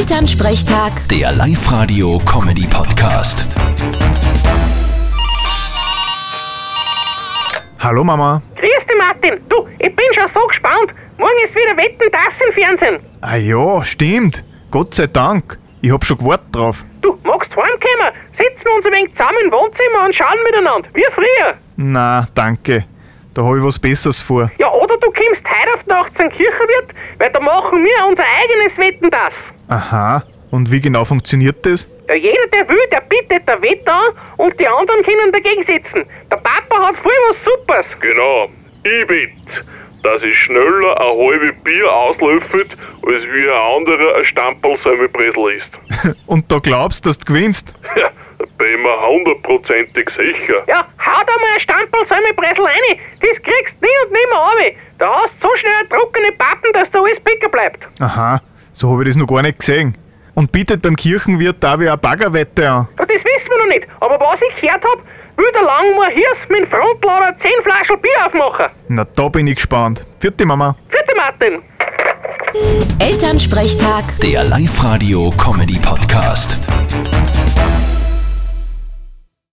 Elternsprechtag, Der Live-Radio-Comedy-Podcast. Hallo Mama. Grüß dich, Martin. Du, ich bin schon so gespannt. Morgen ist wieder Wetten, das im Fernsehen. Ah ja, stimmt. Gott sei Dank. Ich hab schon gewartet drauf. Du, magst du heimkommen? Setzen wir uns ein wenig zusammen im Wohnzimmer und schauen miteinander, wie früher. Na, danke. Da hab ich was Besseres vor. Ja, oder du kommst heute auf die Nacht zum Kirchenwirt, weil da machen wir unser eigenes Wetten, das. Aha. Und wie genau funktioniert das? Ja, jeder, der will, der bittet der Wette an und die anderen können dagegen sitzen. Der Papa hat voll was Supers. Genau. Ich wette, dass ich schneller ein halbes Bier auslöffelt, als wie ein anderer ein Stamperl Salmibresel isst. Und da glaubst, dass du gewinnst? Ja, bin mir hundertprozentig sicher. Ja, hau da mal ein Stamperl Salmibresel rein. Das kriegst du nie und nimmer runter. Da hast du so schnell eine trockene Pappen, dass da alles picker bleibt. Aha. So hab ich das noch gar nicht gesehen. Und bietet beim Kirchenwirt da wie eine Baggerwette an. Ja, das wissen wir noch nicht. Aber was ich gehört hab, will der Langmoor Hirs mit dem Frontlader 10 Flaschen Bier aufmachen. Na, da bin ich gespannt. Vierte Mama. Bitte, Martin. Elternsprechtag. Der Live-Radio-Comedy-Podcast.